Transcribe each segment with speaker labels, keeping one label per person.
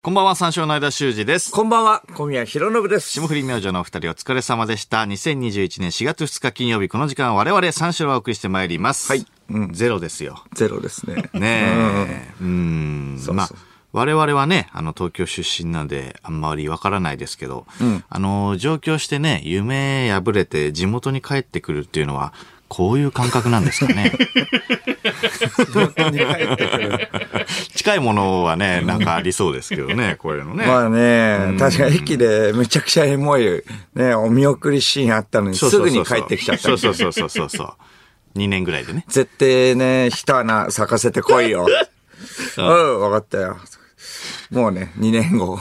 Speaker 1: こんばんは、三章の間修二です。
Speaker 2: こんばんは、小宮弘信です。
Speaker 1: 霜降り明星のお二人お疲れ様でした。2021年4月2日金曜日、この時間は我々三章をお送りしてまいります。
Speaker 2: はい
Speaker 1: うん、ゼロですよ。
Speaker 2: ゼロですね。
Speaker 1: ねえ。うん。
Speaker 2: そうそう
Speaker 1: まあ我々はね、あの、東京出身なんで、あんまりわからないですけど、あの、上京してね、夢破れて地元に帰ってくるっていうのは、こういう感覚なんですか ね。近いものはね、なんかありそうですけどね、これのね。
Speaker 2: まあね、確かに駅でめちゃくちゃエモい、ね、お見送りシーンあったのに、
Speaker 1: そう
Speaker 2: す
Speaker 1: そう
Speaker 2: ぐ
Speaker 1: そうそう
Speaker 2: に帰ってきちゃった。
Speaker 1: そうそうそうそうそうそう。2年ぐらいでね。
Speaker 2: 絶対ね、一穴咲かせてこいよ。うん、わかったよ。もうね、2年後。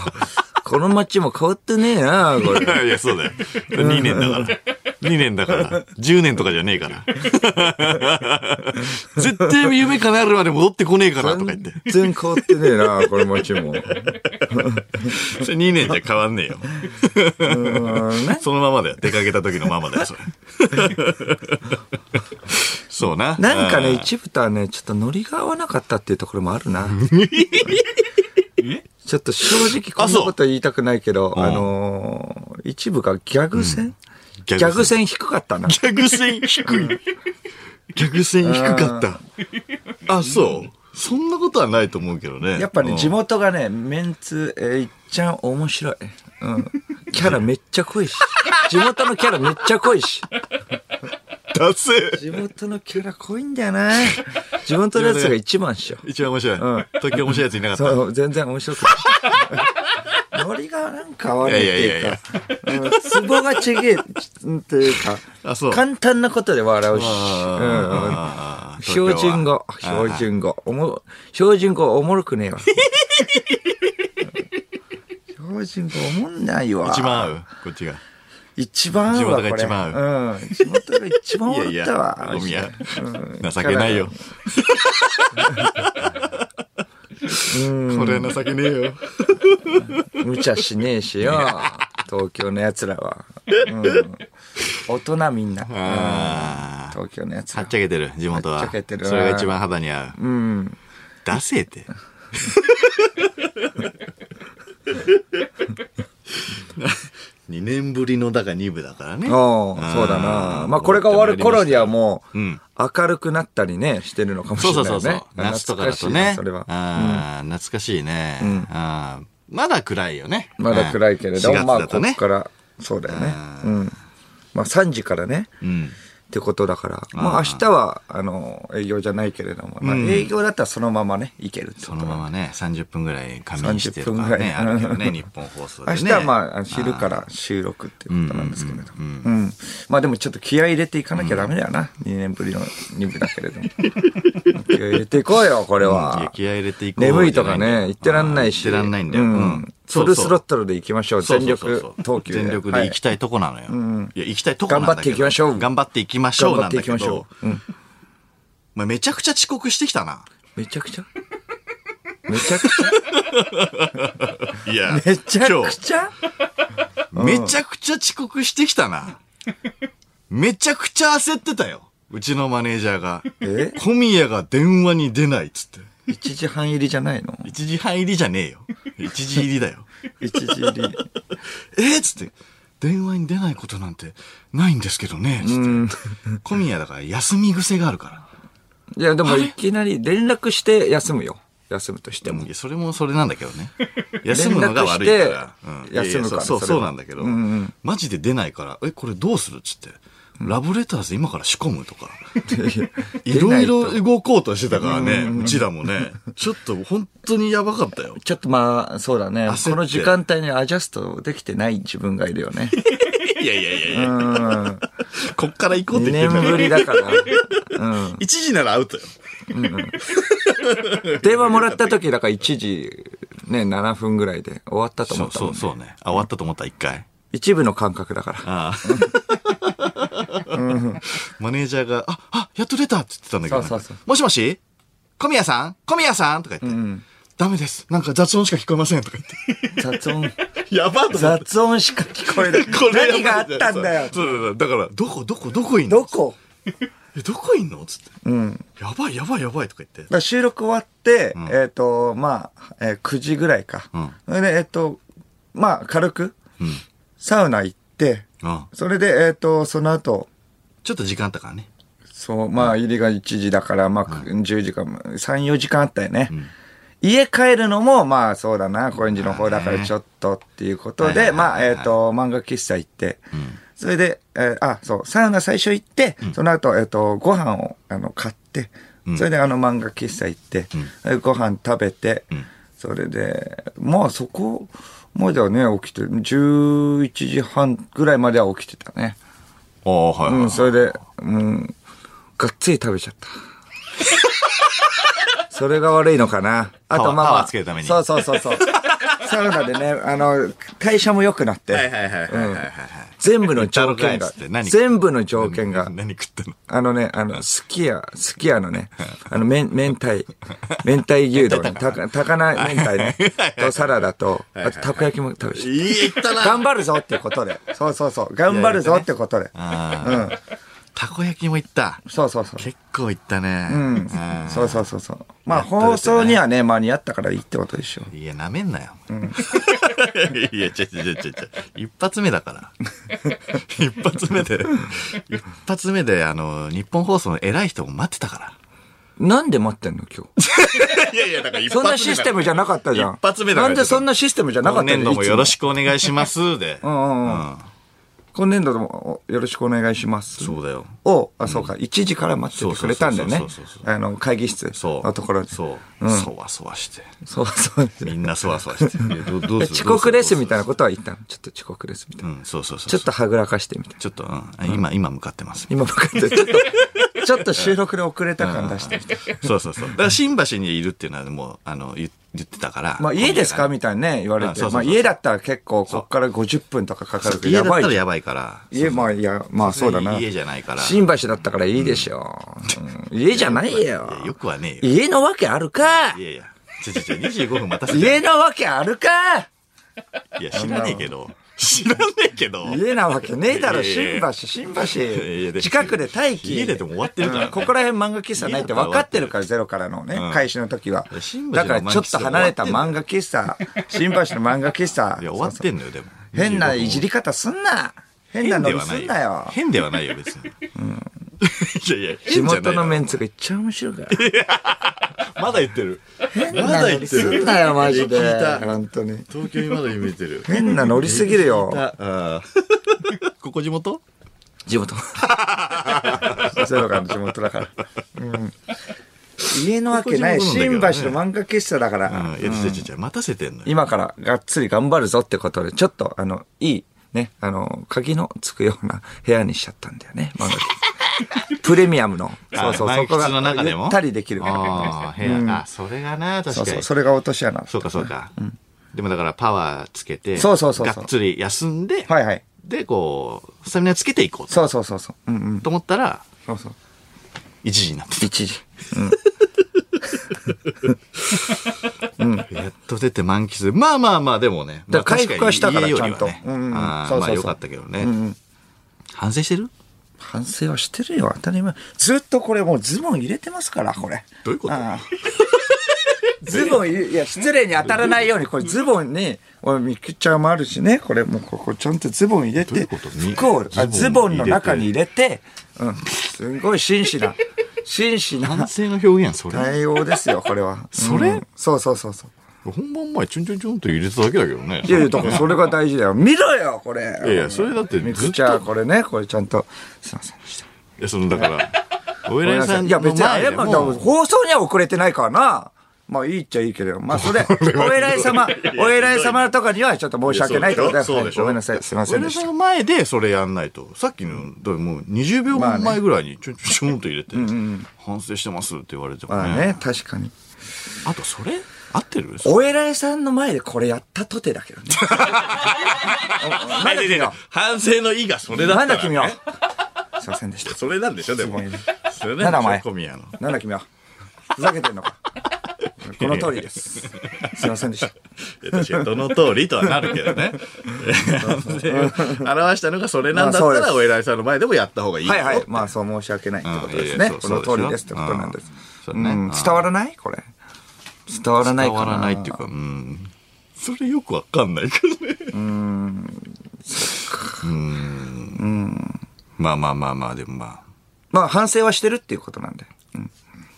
Speaker 2: この街も変わってねえな、これ。
Speaker 1: いや、そうだよ。2年だから。2年だから。10年とかじゃねえから。 絶対夢叶えるまで戻ってこねえからとか言って。
Speaker 2: 全然変わってねえな、この街も。
Speaker 1: それ2年じゃ変わんねえよ。そのままだよ。出かけた時のままだよ、それ。そうな。
Speaker 2: なんかね、
Speaker 1: う
Speaker 2: 一部とはね、ちょっとノリが合わなかったっていうところもある な。ちょっと正直こんなこと言いたくないけど、
Speaker 1: あ
Speaker 2: あ
Speaker 1: そう
Speaker 2: のー一部がギャグ線、
Speaker 1: ギ
Speaker 2: ギ
Speaker 1: ャ
Speaker 2: ャ
Speaker 1: グ
Speaker 2: グ線低 かったな。
Speaker 1: 逆線低い。逆線低かった。あ、そう。そんなことはないと思うけどね。
Speaker 2: やっぱね、
Speaker 1: うん
Speaker 2: 地元がね、メンツ、えーいっちゃん面白い。うん。キャラめっちゃ濃 いし。地元のキャラめっちゃ濃いし。
Speaker 1: ダセえ
Speaker 2: 地元のキャラ濃いんだよな。地元のやつが一番っしょ。
Speaker 1: 一番面白い。
Speaker 2: ん
Speaker 1: 東京面白いやついなかった。
Speaker 2: そう、全然面白くない。 ノリがなんか悪いっていうか、うんツボがちげえっていうか
Speaker 1: あそう、
Speaker 2: 簡単なことで笑うし、うん
Speaker 1: あー
Speaker 2: 標準。語、標準語、おも、標準語おもろくねえわ。標準語おもんないわ。
Speaker 1: 東京は一番合う。こっちが。
Speaker 2: 一番合うわ。
Speaker 1: 地元が一番
Speaker 2: 合うん。地元が一番
Speaker 1: いや い
Speaker 2: 合ったわ
Speaker 1: や、。おみや
Speaker 2: うん。
Speaker 1: 情けないよ。。これは情けねえよ。
Speaker 2: 無茶しねえ しよ。東京の奴らは。うん、大人みんな。
Speaker 1: あー
Speaker 2: 東京の奴
Speaker 1: は
Speaker 2: ら
Speaker 1: っ。ちゃけてる、地元は。
Speaker 2: はっちゃけてるな
Speaker 1: それが一番肌に合う。
Speaker 2: うん。
Speaker 1: ダセえって。2年ぶりの、だから2部だからね。
Speaker 2: おうそうだな。まあ、これが終わる頃にはもう
Speaker 1: うん、
Speaker 2: 明るくなったりね、してるのかも
Speaker 1: そ
Speaker 2: しれ
Speaker 1: う
Speaker 2: な
Speaker 1: そ
Speaker 2: いう
Speaker 1: そ
Speaker 2: ね。
Speaker 1: うそう。夏とかだとね。
Speaker 2: 懐かしいなそれは。
Speaker 1: ああ、懐かしいね。ああまだ暗いよね。
Speaker 2: まだ暗いけれど
Speaker 1: うん4
Speaker 2: も、ま
Speaker 1: 月だ
Speaker 2: あ、ことこ
Speaker 1: ね。
Speaker 2: から、そうだよね。
Speaker 1: う
Speaker 2: うん。まあ、3時からね。
Speaker 1: うん。
Speaker 2: ってことだから、まあ明日は、あの、営業じゃないけれども、まあ営業だったらそのままね、いけるってこと
Speaker 1: そのままね、30分ぐらい仮眠してと
Speaker 2: 30
Speaker 1: か
Speaker 2: 分ぐ
Speaker 1: ね、
Speaker 2: らい
Speaker 1: あるけどね、日本放送で
Speaker 2: 明
Speaker 1: ね。
Speaker 2: 日はまあ昼から収録っていうことなんですけれども、うんまあでもちょっと気合い入れていかなきゃダメだよな、2年ぶりの2部だけれども気合い入れていこうよこれ
Speaker 1: いや
Speaker 2: は、
Speaker 1: 気合い入れていこう
Speaker 2: 眠いとかね言ってらんないし
Speaker 1: 言ってらんないんだよ。
Speaker 2: う
Speaker 1: うん
Speaker 2: フルスロットルでいきましょう
Speaker 1: そう
Speaker 2: 全
Speaker 1: そうそう
Speaker 2: 力
Speaker 1: そう
Speaker 2: 投球で
Speaker 1: 全力で行きたいとこなのよ。いや、行きたいとこなんだけど
Speaker 2: 頑張っていきましょう
Speaker 1: 頑張っていきましょうなんだけ
Speaker 2: 頑張っていきまし
Speaker 1: ど
Speaker 2: ょ。
Speaker 1: まあめちゃくちゃ遅刻してきたな。
Speaker 2: めちゃくちゃめちゃくちゃ
Speaker 1: いや、
Speaker 2: めちゃ
Speaker 1: 今
Speaker 2: く
Speaker 1: 日
Speaker 2: ちゃ
Speaker 1: めちゃくちゃ遅刻してきたな。めちゃくちゃ焦ってたよ。うちのマネージャーが。
Speaker 2: え
Speaker 1: 小宮が電話に出ないっつって。
Speaker 2: 1時半入りじゃないの
Speaker 1: 1時半入りじゃねえよ。1時入りだよ。
Speaker 2: 1時入り
Speaker 1: えっつって、電話に出ないことなんてないんですけどね。つって。小宮だから休み癖があるから。
Speaker 2: いやでもいきなり連絡して休むよ休むとして
Speaker 1: で
Speaker 2: も
Speaker 1: も、それもそれなんだけど ね。休むのが悪いから。
Speaker 2: 連絡して休むか
Speaker 1: いやい
Speaker 2: ら
Speaker 1: やそう、そう
Speaker 2: それ
Speaker 1: そ
Speaker 2: は
Speaker 1: うなんだけど、マジで出ないから、え、これどうするっつって。ラブレターズ今から仕込むと か。いろいろ動こうとしてたからね、うちらもね。ちょっと本当にやばかったよ。
Speaker 2: ちょっとまあ、そうだね。
Speaker 1: って
Speaker 2: この時間帯にアジャストできてない自分がいるよね。
Speaker 1: いやいやいやいうや、
Speaker 2: ん。
Speaker 1: こっから行こうっ
Speaker 2: 2
Speaker 1: て言ってんだ
Speaker 2: 年
Speaker 1: から
Speaker 2: ぶり だから。うん。
Speaker 1: 1時ならアウトよ。
Speaker 2: 電話もらった時だから1時、ね、7分ぐらいで終わった
Speaker 1: そ
Speaker 2: と思
Speaker 1: う
Speaker 2: った
Speaker 1: そ
Speaker 2: もん
Speaker 1: うそ
Speaker 2: ね。
Speaker 1: うね。あ、終わったと思った、一回。
Speaker 2: 一部の感覚だから。
Speaker 1: ああマネージャーが、あ、あ、やっと出たって言ってたんだけど。
Speaker 2: そうそうそ
Speaker 1: な
Speaker 2: う
Speaker 1: んかもしもし小宮さん小宮さんとか言って、ダメです。なんか雑音しか聞こえませんとか言っ
Speaker 2: 雑 音、
Speaker 1: て。やばっと思って。
Speaker 2: 雑音しか聞こえない。
Speaker 1: これやばい
Speaker 2: 何があったんだよ。
Speaker 1: そうそうそう。だから、どこ、どこ、どこいんの
Speaker 2: どこ
Speaker 1: え、どこいんのつって。
Speaker 2: うん。
Speaker 1: やばいやばいやばいとか言っ
Speaker 2: だ
Speaker 1: て。
Speaker 2: から収録終わって、
Speaker 1: ん
Speaker 2: えっ、と、まあ、えー9時ぐらいか。
Speaker 1: うん
Speaker 2: それで、えっ、と、まあ、軽く、
Speaker 1: うん。
Speaker 2: サウナ行って、
Speaker 1: ああ
Speaker 2: それで、えっ、と、その後、
Speaker 1: ちょっと時間あったからね。
Speaker 2: そう、まあ、入りが1時だから、まあ、10時間、3、4時間あったよね。
Speaker 1: ん
Speaker 2: 家帰るのも、まあ、そうだな、高円寺の方だからちょっとっていうこと
Speaker 1: はい
Speaker 2: で、
Speaker 1: はいはい
Speaker 2: ま
Speaker 1: は
Speaker 2: あ、
Speaker 1: い
Speaker 2: えっ、と、漫画喫茶行って、それで、えーあ、そう、サウナ最初行って、その後、えっ、と、ご飯を、あの、買って、それで、あの、漫画喫茶行って、でご飯食べて、それで、まあ、そこまではね、起きて、11時半ぐらいまでは起きてたね。
Speaker 1: ああ、はい、はい。
Speaker 2: うん、それで、うん、がっつり食べち ゃった。それが悪いのかな。あ
Speaker 1: パワ
Speaker 2: と、
Speaker 1: ー
Speaker 2: まあ
Speaker 1: パ
Speaker 2: ま
Speaker 1: ワー
Speaker 2: あ、
Speaker 1: つけるために
Speaker 2: そうそうそ うそう。サウナでね、あの、代謝も良くなって。
Speaker 1: はいはいはいはいはいはい
Speaker 2: うん全部 の条
Speaker 1: 言
Speaker 2: 件
Speaker 1: ったろ
Speaker 2: が
Speaker 1: かいっつって、何
Speaker 2: 全部の条件が、
Speaker 1: 何食ったの
Speaker 2: あのね、あの、すき家、すき家のね、あの、めん、明太、明太 牛丼ね、たか高菜明太ね、とサラダと、あとたこ焼きも食べちゃった。
Speaker 1: いい、行ったな
Speaker 2: 頑張るぞっていうことで。そうそうそう。頑張るぞってことで。
Speaker 1: ああたこ焼きも行った。
Speaker 2: そうそうそう。
Speaker 1: 結構行ったね。
Speaker 2: うん
Speaker 1: ああ
Speaker 2: そうそうそうそう。まあ、
Speaker 1: やっとですね
Speaker 2: 放送にはね、間に合ったからいいってことでしょ。
Speaker 1: いや、なめんなよ。 いや、ちょちょちょちょちょ。一発目だから。一発目で、一発目で、あの、日本放送の偉い人も待ってたか
Speaker 2: なんで待ってんの今日。
Speaker 1: ら。いやいや、だから一
Speaker 2: そんなシステムじゃなかったじゃん。
Speaker 1: 一発目だから
Speaker 2: なんでそんなシステムじゃなかった
Speaker 1: 今年度もよろ
Speaker 2: し
Speaker 1: しくお願いしますで。
Speaker 2: く。うんうんうん。
Speaker 1: うん
Speaker 2: 今年度もよろしくお願いします。
Speaker 1: そうだよ。
Speaker 2: を、あ、そうか、1時から待っててくれたんだよね
Speaker 1: そうそうそうそうそう。そう
Speaker 2: あの、会議室
Speaker 1: そう。
Speaker 2: のところで。
Speaker 1: そう。そわそわして。
Speaker 2: そうそう。
Speaker 1: みんなそわそわ して。いやどどうする
Speaker 2: 遅刻ですみたいな
Speaker 1: こ
Speaker 2: ことは言ったの。ちょっと遅刻ですみた
Speaker 1: と。
Speaker 2: い
Speaker 1: う
Speaker 2: な。
Speaker 1: ん、そうそうそう。
Speaker 2: ちょっと、はぐらかしてみたいな。
Speaker 1: ちょっと、うん今、今向かってます。
Speaker 2: 今向かって、ちょっと、ちょっと収録で遅れた感出してみたいな。
Speaker 1: そうそうそう。だから新橋にいるっていうのはもう、あの、言言ってたから。
Speaker 2: まあ家ですか
Speaker 1: み
Speaker 2: みたいなね、言われ
Speaker 1: あ
Speaker 2: て。
Speaker 1: そうそう
Speaker 2: ま
Speaker 1: そう
Speaker 2: あ家だったら結構、こっから50分とかかかるけど、
Speaker 1: 家
Speaker 2: や
Speaker 1: だっ
Speaker 2: ばい
Speaker 1: たら
Speaker 2: じゃん。
Speaker 1: やばいから。
Speaker 2: 家、まあいや、まあそうだな。
Speaker 1: 家じゃないから。
Speaker 2: 新橋だったからいいでしょ。うん家じゃないよ
Speaker 1: いや。よくはねえよ。
Speaker 2: 家のわけあるか
Speaker 1: いやいや。ちょちょちょ、25分待たせて。
Speaker 2: 家のわけあるか
Speaker 1: いや、知らねえけど。知らねえけど。
Speaker 2: 家なわけねえだろ、
Speaker 1: いやいやい
Speaker 2: 新
Speaker 1: や
Speaker 2: 橋、新
Speaker 1: いやい
Speaker 2: 橋。
Speaker 1: や
Speaker 2: 近くで待機。
Speaker 1: 家ででも終わってるから
Speaker 2: うんここら辺漫画喫茶ないって分かってるから、ゼロからのね
Speaker 1: ん、
Speaker 2: 開始の時は
Speaker 1: 新。橋の
Speaker 2: だ
Speaker 1: 漫画喫茶
Speaker 2: からちょっと離れた漫画喫茶、新橋の漫画喫茶。
Speaker 1: いや、終わってんのよ、でも。
Speaker 2: 変ないじ
Speaker 1: り。
Speaker 2: り方すんな変な
Speaker 1: 変
Speaker 2: ノ
Speaker 1: で
Speaker 2: リ
Speaker 1: は
Speaker 2: す
Speaker 1: ない
Speaker 2: んなよ
Speaker 1: 変ではないよ、別に。いやいや、変
Speaker 2: 地
Speaker 1: じゃな
Speaker 2: 元
Speaker 1: い
Speaker 2: の
Speaker 1: よ
Speaker 2: メンツがいっちゃ面白いから。
Speaker 1: まだ言ってる。
Speaker 2: 変
Speaker 1: ま
Speaker 2: な
Speaker 1: だ
Speaker 2: ノ
Speaker 1: 言
Speaker 2: リ
Speaker 1: って
Speaker 2: すん
Speaker 1: る。
Speaker 2: なよ、マジで。
Speaker 1: 聞いた
Speaker 2: 本当に。
Speaker 1: 東京にまだ夢見てる。
Speaker 2: 変なノリすぎるよ。
Speaker 1: あーここ地元
Speaker 2: 地元。ゼロからの地元だから。うん家のわけない。
Speaker 1: ここ地元な
Speaker 2: 新橋
Speaker 1: ん
Speaker 2: の
Speaker 1: だけどね
Speaker 2: 漫画喫茶だか
Speaker 1: うん。い
Speaker 2: ら
Speaker 1: や、。ちょちょちょ、待たせてんのよ。
Speaker 2: 今からがっつり頑張るぞってことで、ちょっと、あの、いい、ね、あの、鍵のつくような部屋にしちゃったんだよね、漫画 喫茶プレミアムの。そうそう、
Speaker 1: あ
Speaker 2: そこ
Speaker 1: 満
Speaker 2: が、
Speaker 1: 喫の中でも
Speaker 2: ゆったりできる。
Speaker 1: ああ、部
Speaker 2: うん
Speaker 1: 屋。あ、それがな、確か
Speaker 2: そう
Speaker 1: に。
Speaker 2: そう、それが落とし穴。
Speaker 1: そうか、そうか。でもだからパワーつけて、
Speaker 2: そうそうそうそう
Speaker 1: がっつり休んで、
Speaker 2: はいはい。
Speaker 1: で、こう、スタミナつけていこうと
Speaker 2: そうそうそうそう。うんうん。
Speaker 1: と思ったら、
Speaker 2: そうそう。
Speaker 1: 1時になって
Speaker 2: 一時。
Speaker 1: た。やっと出て満喫。まあまあまあ、でもね。まあ
Speaker 2: だから回復はしたから
Speaker 1: 確に家よりはね
Speaker 2: ちゃんとうんうん
Speaker 1: あ
Speaker 2: そ
Speaker 1: ー
Speaker 2: う
Speaker 1: まあ
Speaker 2: そうそう
Speaker 1: よかったけど
Speaker 2: うん
Speaker 1: ね。
Speaker 2: うん。
Speaker 1: 反省してる
Speaker 2: 反省はしてるよ、当たり前。ずっとこれもうズボン入れてますから、これ。
Speaker 1: どういうこと
Speaker 2: ああ ズボン入れ、いや、失礼に当たらないように、これズボンに、俺、ミクちゃんもあるしね、これ、もうここちゃんとズボン入れ
Speaker 1: どういう
Speaker 2: て、
Speaker 1: こと
Speaker 2: 服を、あ
Speaker 1: ズ
Speaker 2: ズ
Speaker 1: ボ
Speaker 2: ボ
Speaker 1: ン
Speaker 2: ン
Speaker 1: に入れて
Speaker 2: の中に入れて、うん、すごい真摯な、真摯な
Speaker 1: 反省の表現、それ。
Speaker 2: 対応ですよ、これは。
Speaker 1: それ
Speaker 2: うんそうそうそうそう。
Speaker 1: 本番前、チュンチュンチュンと入れてただけだけどね。
Speaker 2: いやいや、だからそれが大事だよ。見ろよ、これ。
Speaker 1: いやいやそれだってずっと
Speaker 2: ミクちゃん、これね、これちゃんと。すいませんでした。
Speaker 1: いや、その、だから、お
Speaker 2: ごめん
Speaker 1: 偉い
Speaker 2: な
Speaker 1: さ
Speaker 2: さ
Speaker 1: んの
Speaker 2: いいや、別にあれも、
Speaker 1: 前
Speaker 2: だ
Speaker 1: で
Speaker 2: から放送には遅れてないからな。まあいいっちゃいいけど、まあそれ、 お偉い様、お偉い様とかにはちょっと申し訳ないってことだ
Speaker 1: そうでしょ
Speaker 2: ごめんなさい、すいません
Speaker 1: 俺
Speaker 2: で
Speaker 1: ら
Speaker 2: した。
Speaker 1: の前でそれやんないと。さっきの、だからもう20秒前ぐらいにちょんちょんちょんと入れて、反省してますって言われても
Speaker 2: まあ
Speaker 1: ね。
Speaker 2: ね、確かに。
Speaker 1: あとそれ合ってる
Speaker 2: お偉いさんの前でこれやったとてだけ どね。まだ君は。
Speaker 1: 反省の意がそれ
Speaker 2: まだ君は。すいませんでした。
Speaker 1: それなんでしょ、でも。それ
Speaker 2: なんだお前
Speaker 1: 小宮の。
Speaker 2: なんだ君は。ふざけてんのか。この通りです。すいませんでした。
Speaker 1: いや確かにどの通りとはなるけど ね。で表したのがそれなんだった
Speaker 2: まあそうで
Speaker 1: ら、
Speaker 2: す
Speaker 1: お偉いさんの前でもやった方がいいよ。
Speaker 2: はいはい。まあそう申し訳ないってことですね。
Speaker 1: うんいえいえ
Speaker 2: こ
Speaker 1: そう
Speaker 2: の
Speaker 1: そうでし
Speaker 2: 通
Speaker 1: ょ
Speaker 2: りですってことなんです。
Speaker 1: うそう
Speaker 2: うん
Speaker 1: ね
Speaker 2: ん、伝わらないこれ。伝わらない
Speaker 1: 伝
Speaker 2: か
Speaker 1: わ
Speaker 2: な。
Speaker 1: らないっていうか、うん。それよくわかんないけどね。うん。まあまあまあまあ、でもまあ、
Speaker 2: まあ反省はしてるっていうことなんで。うん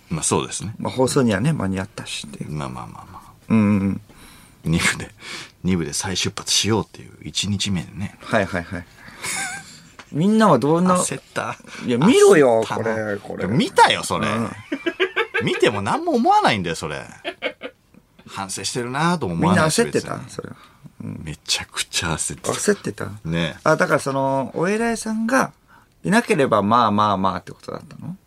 Speaker 1: まあそうですね。
Speaker 2: まあ放送にはね、間に合ったしっていう。
Speaker 1: まあまあまあまあ。
Speaker 2: うんうんうん。
Speaker 1: 2部で、2部で再出発しようっていう1日目でね。
Speaker 2: はいはいはい。 みんなはどんな、
Speaker 1: 焦った。
Speaker 2: いや見ろよ
Speaker 1: 焦ったな
Speaker 2: これこれ
Speaker 1: 見たよ、それ。見ても何も思わないんだよ、それ。反省してるなとも思
Speaker 2: みん
Speaker 1: わな
Speaker 2: ない
Speaker 1: し
Speaker 2: 焦ってた
Speaker 1: 別
Speaker 2: それは。
Speaker 1: にめちゃくちゃ焦って
Speaker 2: 焦ってた
Speaker 1: た。ね
Speaker 2: あ、だからその、お偉いさんがいなければまあまあまあってことだったの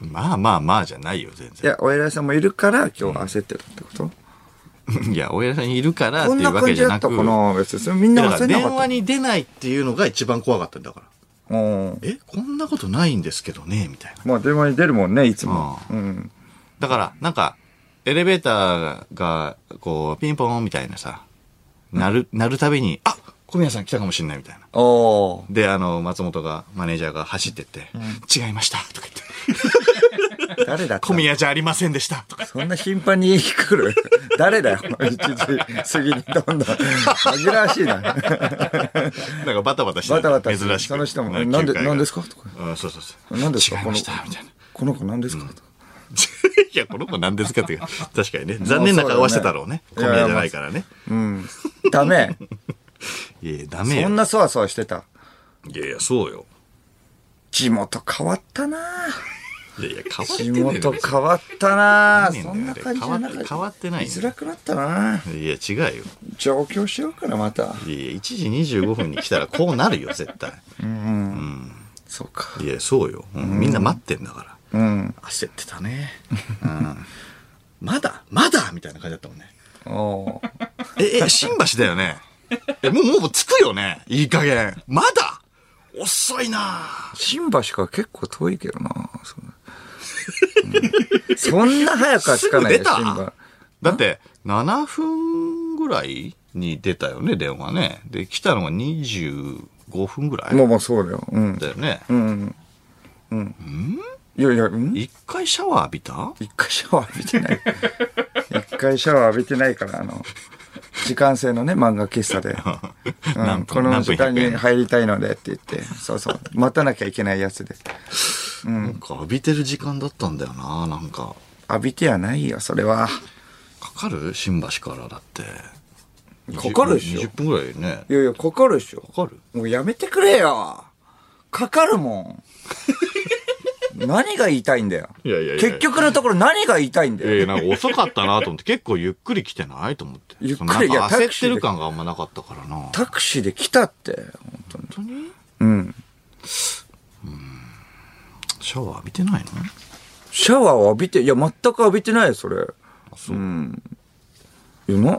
Speaker 1: まあまあまあじゃないよ、全
Speaker 2: い
Speaker 1: 然。
Speaker 2: や、お偉いさんもいるから今日は焦ってたってこと、
Speaker 1: いや、親さんいるからって
Speaker 2: こん
Speaker 1: い
Speaker 2: な
Speaker 1: うわけ
Speaker 2: 感じ
Speaker 1: じゃ
Speaker 2: だっ
Speaker 1: な
Speaker 2: た
Speaker 1: く。
Speaker 2: かな別にそれみんな
Speaker 1: だか
Speaker 2: 忘
Speaker 1: ら
Speaker 2: れな
Speaker 1: 電
Speaker 2: かった
Speaker 1: 話。に出ないっていうのが一番怖かったんだから。
Speaker 2: うん。
Speaker 1: え、こんなことないんですけどね、みたいな。
Speaker 2: まあ電話に出るもんね、いつも。
Speaker 1: う
Speaker 2: うん。
Speaker 1: だから、なんか、エレベーターが、こう、ピンポーンみたいなさ、なる、なるたびに、あ小宮さん来たかもしれないみたいな。
Speaker 2: おお。
Speaker 1: で、あの、松本が、マネージャーが走ってって、違いましたとか言って、
Speaker 2: 誰だった
Speaker 1: 小宮じゃありませんでしたとか。
Speaker 2: そんな頻繁に言い来る 誰だよ一時過ぎにどんどん。紛らわし いな。
Speaker 1: なんかバタバタして
Speaker 2: バタバタする
Speaker 1: 珍しく。
Speaker 2: その人も
Speaker 1: か
Speaker 2: なんで
Speaker 1: 9回が
Speaker 2: なんですかとか
Speaker 1: うん、そうそうそう。
Speaker 2: 何です
Speaker 1: 違
Speaker 2: か
Speaker 1: い
Speaker 2: こ
Speaker 1: ま
Speaker 2: の
Speaker 1: したみたいな。
Speaker 2: この子何ですか、とか
Speaker 1: いや、この子何ですかっていう。確かにね。残念な顔はしてたろうね。
Speaker 2: そ
Speaker 1: 小
Speaker 2: うだね
Speaker 1: 宮じゃないからね。
Speaker 2: うん。ダメ。
Speaker 1: いやいや、ダメよ。
Speaker 2: そんなそわそわしてた。
Speaker 1: いやいや、そうよ。
Speaker 2: 地元変わっ たない
Speaker 1: やいや、変わって
Speaker 2: 地
Speaker 1: ねえ
Speaker 2: 元
Speaker 1: よ。
Speaker 2: 変わったな
Speaker 1: 変わ
Speaker 2: そ
Speaker 1: ん
Speaker 2: ん
Speaker 1: ねえん
Speaker 2: な
Speaker 1: だよあ
Speaker 2: 感
Speaker 1: れ
Speaker 2: じじゃ
Speaker 1: 変わ
Speaker 2: なか
Speaker 1: 変わってない
Speaker 2: 居
Speaker 1: ね
Speaker 2: づらくなったない
Speaker 1: や、違うよ。
Speaker 2: 上京しようからまた。
Speaker 1: いやいや、1時25分に来たらこうなるよ、絶対。
Speaker 2: そうか。
Speaker 1: いや、そうよ。うんみんな待ってんだから。
Speaker 2: うん。
Speaker 1: 焦ってたね。うん。まだまだみたいな感じだったもんね。
Speaker 2: おー
Speaker 1: え、え、新橋だよね。え、もう、もう着くよね。いい加減。まだ遅いな
Speaker 2: 新橋から結構遠いけどなそんな,うん、そんな早くは着かない
Speaker 1: すぐ出
Speaker 2: よ、
Speaker 1: た
Speaker 2: 新橋。
Speaker 1: だって、7分ぐらいに出たよね、電話ね。で、来たのが25分ぐらい
Speaker 2: もうもうそうだよ。うん。
Speaker 1: だよね。
Speaker 2: うん。うん。いやいや、うん
Speaker 1: 一回シャワー浴びた
Speaker 2: 一回シャワー浴びてない。一回シャワー浴びてないから、あの、時間制のね、漫画喫茶 で。う
Speaker 1: 何
Speaker 2: ん、
Speaker 1: 分
Speaker 2: この時間
Speaker 1: 何
Speaker 2: に
Speaker 1: 分
Speaker 2: 入りたいのでって言って、そうそう、待たなきゃいけないやつで。
Speaker 1: なんか浴びてる時間だったんだよななんか。
Speaker 2: 浴びてはないよ、それは。
Speaker 1: かかる新橋からだって。
Speaker 2: かかるでしょ
Speaker 1: 20分ぐらいね。
Speaker 2: いやいや、かかるでしょ。
Speaker 1: かかる
Speaker 2: もうやめてくれよ。かかる もん。何が言いたいんだよ。
Speaker 1: いやいやいや
Speaker 2: 結局のところ何が言いたいんだよ。
Speaker 1: ええなんか遅かったなと思って、結構ゆっくり来てないと思って。
Speaker 2: ゆっくり
Speaker 1: そのなん
Speaker 2: いや
Speaker 1: か
Speaker 2: タ
Speaker 1: 焦
Speaker 2: ク
Speaker 1: っ
Speaker 2: シ
Speaker 1: て
Speaker 2: ーで
Speaker 1: る感があんまなかったからな。
Speaker 2: タクシーで来たって、本当に。
Speaker 1: 本当に
Speaker 2: うん。
Speaker 1: シャワー浴びてないの
Speaker 2: シャワーを浴びて、いや、全く浴びてないよ、それ。
Speaker 1: あ、そう。
Speaker 2: いやな。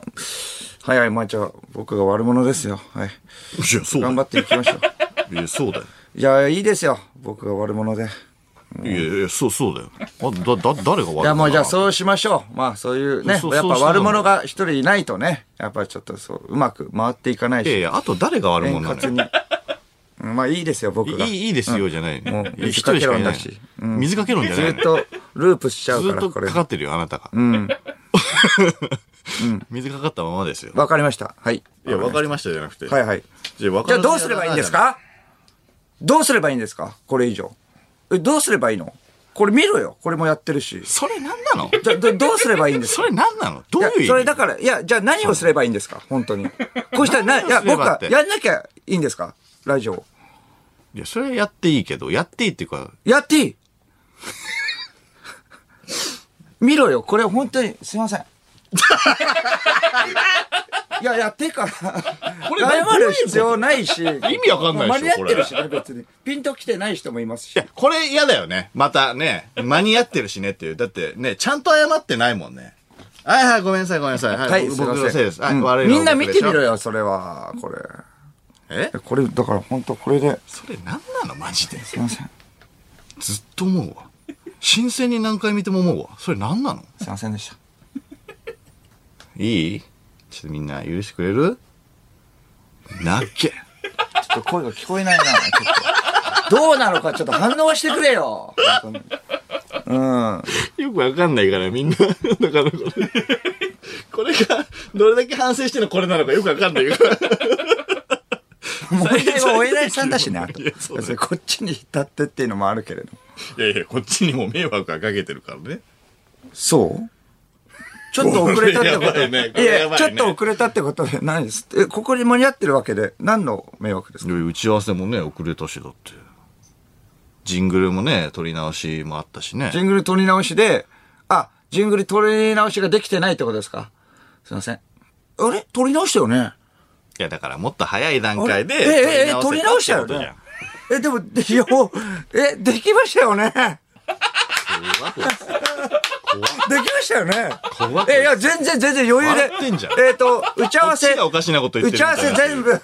Speaker 2: はいはい、まあじゃあ、僕が悪者ですよ。はい。
Speaker 1: いや、そうだ
Speaker 2: 頑張っていき ましょう。
Speaker 1: いや、そうだよ。
Speaker 2: いや、いいですよ。僕が悪者で。
Speaker 1: いやいや、そう、そうだよ。あ、だ、だ、誰が悪い
Speaker 2: いや、もうじゃあそうしましょう。まあそういうね
Speaker 1: そ、う
Speaker 2: やっぱ
Speaker 1: そうしたの
Speaker 2: 悪者が一人いないとね、やっぱちょっとそう、うまく回っていかない
Speaker 1: いやい
Speaker 2: し、
Speaker 1: や、あと誰が悪
Speaker 2: 円
Speaker 1: 者な
Speaker 2: 滑
Speaker 1: の
Speaker 2: に
Speaker 1: よ。。
Speaker 2: うんまあいいですよ、僕
Speaker 1: い
Speaker 2: が。
Speaker 1: いい、いいですよ、じゃない
Speaker 2: もう
Speaker 1: ね。いや一
Speaker 2: 水
Speaker 1: 人
Speaker 2: か
Speaker 1: し
Speaker 2: け
Speaker 1: か
Speaker 2: 論
Speaker 1: いな
Speaker 2: だ
Speaker 1: い
Speaker 2: し。
Speaker 1: の。水かけ論じゃ
Speaker 2: ず
Speaker 1: な
Speaker 2: っ
Speaker 1: いのよ。
Speaker 2: とループしちゃう
Speaker 1: ず
Speaker 2: か
Speaker 1: っ
Speaker 2: ら、
Speaker 1: と
Speaker 2: これ
Speaker 1: か。かってるよ、あなたが。
Speaker 2: うん。
Speaker 1: 水かかったままですよ。
Speaker 2: わかりました。はい。
Speaker 1: いや、わかりましたじゃなくて。
Speaker 2: はいはい。
Speaker 1: じゃあ、わか
Speaker 2: じゃあ
Speaker 1: る
Speaker 2: どうすればいいんですかどうすればいいんですかこれ以上。え、どうすればいいのこれ見ろよ。これもやってるし。
Speaker 1: それなんなの
Speaker 2: じゃ、どどうすればいいんで す
Speaker 1: そ
Speaker 2: か
Speaker 1: れなんなのどういう意
Speaker 2: い
Speaker 1: 味
Speaker 2: やそれだから、いや、じゃあ何をすればいいんですか本当に。こうしたらな、い
Speaker 1: 何を
Speaker 2: や、
Speaker 1: すれ
Speaker 2: 僕
Speaker 1: ばっ
Speaker 2: は
Speaker 1: て
Speaker 2: やんなきゃいいんですかラジオ。
Speaker 1: いや、それはやっていいけど、やっていいっていうか、
Speaker 2: やっていい見ろよ、これ本当に、すいません。いや、やっていいから。
Speaker 1: これ
Speaker 2: 謝る必要ないし。意
Speaker 1: 味わかんないでしょ
Speaker 2: 間に合ってるしね、別に。ピンときてない人もいます
Speaker 1: い
Speaker 2: し
Speaker 1: や。、これ嫌だよね。またね、間に合ってるしねっていう。だってね、ちゃんと謝ってないもんね。はいはい、ごめんなさい、ごめんなさい。はい、
Speaker 2: はい、
Speaker 1: 僕
Speaker 2: すいま
Speaker 1: 僕のせいです。はい、
Speaker 2: うん
Speaker 1: 悪いの
Speaker 2: みんな見てみろ
Speaker 1: よ。
Speaker 2: よ、それは。これ。
Speaker 1: え
Speaker 2: これ、だから本当これで、
Speaker 1: それなんなのマジで。
Speaker 2: すいません。
Speaker 1: ずっと思うわ。新鮮に何回見ても思うわ。それなんなの
Speaker 2: すいませんでした。
Speaker 1: いいちょっとみんな許してくれるなっけ。
Speaker 2: ちょっと声が聞こえないな、ちょっと。どうなのか、ちょっと反応してくれよ。本当にうん。
Speaker 1: よくわかんないからみんな、 だからこれ、これが、どれだけ反省してるのこれなのかよくわかんないから。
Speaker 2: 問題はお偉いさんだしな。
Speaker 1: いやそうだね
Speaker 2: 別にこっちに至ってっていうのもあるけれど。
Speaker 1: いやいや、こっちにも迷惑はかけてるからね。
Speaker 2: そうちょっと遅れたってこ
Speaker 1: これ
Speaker 2: と
Speaker 1: やばいねこ
Speaker 2: い
Speaker 1: れやばいね
Speaker 2: や、ちょっと遅れたってことで何ですえ、ここに間に合ってるわけで、何の迷惑ですか
Speaker 1: 打ち合わせもね、遅れたしだって。ジングルもね、撮り直しもあったしね。
Speaker 2: ジングル取り直しで、あ、ジングル取り直しができてないってことですかすいません。あれ取り直したよね
Speaker 1: いや、だからもっと早い段
Speaker 2: あれ
Speaker 1: 階で
Speaker 2: え、え、え、取り直したよ
Speaker 1: ってことじゃ
Speaker 2: ね
Speaker 1: ん
Speaker 2: え、でも、でいやもうえ、できましたよね
Speaker 1: 怖くない
Speaker 2: できましたよね
Speaker 1: 怖っ
Speaker 2: え、いや、全然、全然余裕で
Speaker 1: 笑ってんじゃん。
Speaker 2: えっと、打ち合わ
Speaker 1: こっ
Speaker 2: せ
Speaker 1: ちがおかしなこと言っ
Speaker 2: 打
Speaker 1: て
Speaker 2: ち
Speaker 1: る
Speaker 2: 合
Speaker 1: み
Speaker 2: わ
Speaker 1: たい
Speaker 2: せ
Speaker 1: な
Speaker 2: 全部、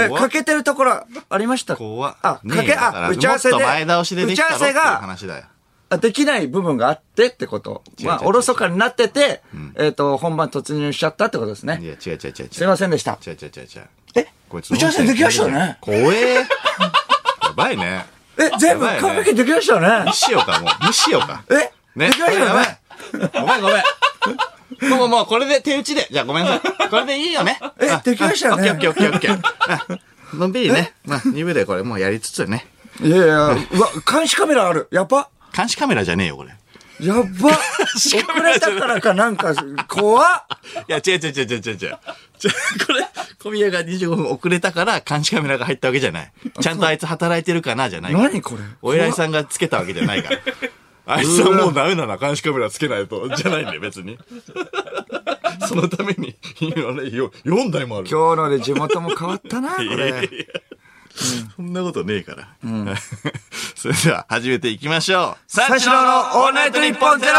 Speaker 2: え、
Speaker 1: 怖っ
Speaker 2: かけてるところありました
Speaker 1: 怖っ
Speaker 2: あ、
Speaker 1: ね
Speaker 2: か
Speaker 1: え
Speaker 2: け、
Speaker 1: だら
Speaker 2: あ、打ち合わせで。
Speaker 1: もっと前倒しでできたろ
Speaker 2: 打
Speaker 1: っ
Speaker 2: ち合
Speaker 1: ていう
Speaker 2: わせが、
Speaker 1: 話だよ。
Speaker 2: あできない部分があってってこと。
Speaker 1: 違う
Speaker 2: ま
Speaker 1: 違う
Speaker 2: あ、
Speaker 1: 違う
Speaker 2: おろそかになってて、えっと、本番突入しちゃったってことです
Speaker 1: い
Speaker 2: ね。
Speaker 1: や、違う違う違う違う。
Speaker 2: すいませんでした。
Speaker 1: 違う違う違う違う。
Speaker 2: え
Speaker 1: こいつ
Speaker 2: 打ち合わせできましたよね
Speaker 1: 怖え。やばいね。
Speaker 2: え、全部
Speaker 1: やばいね
Speaker 2: 完璧できましたよね
Speaker 1: 無。視しようか、もう。無視しようか。
Speaker 2: え
Speaker 1: ね。
Speaker 2: できましたよね。
Speaker 1: ごめんごめん。ごめんもうもうこれで手打ちで。じゃあごめんなさい。これでいいよね。
Speaker 2: え
Speaker 1: あ
Speaker 2: できましたよね
Speaker 1: あオッケーオッケーオッケーオッケー。あのんびりね。まあ、2部でこれもうやりつつね。
Speaker 2: いやいや、うわ、監視カメラある。やば。
Speaker 1: 監視カメラじゃねえよ、これ。い
Speaker 2: や ば。遅
Speaker 1: カメラ
Speaker 2: れたからかなんか、怖っ。
Speaker 1: や、違う違う違う違う違う違う。ちょこれ、小宮が25分遅れたから監視カメラが入ったわけじゃない。ちゃんとあいつ働いてるかな、じゃないから
Speaker 2: 何これ
Speaker 1: お偉いさんがつけたわけじゃないから。あいつはもうダメだな、監視カメラつけないと。じゃないんだよ、別に。 そのために、今ね、よ4台もある。
Speaker 2: 今日ので地元も変わったな、こ
Speaker 1: いやいや
Speaker 2: れ
Speaker 1: い。やそんなことねえから。 それでは始めていきましょう。
Speaker 2: 三四郎のオールナイトニッポンゼロ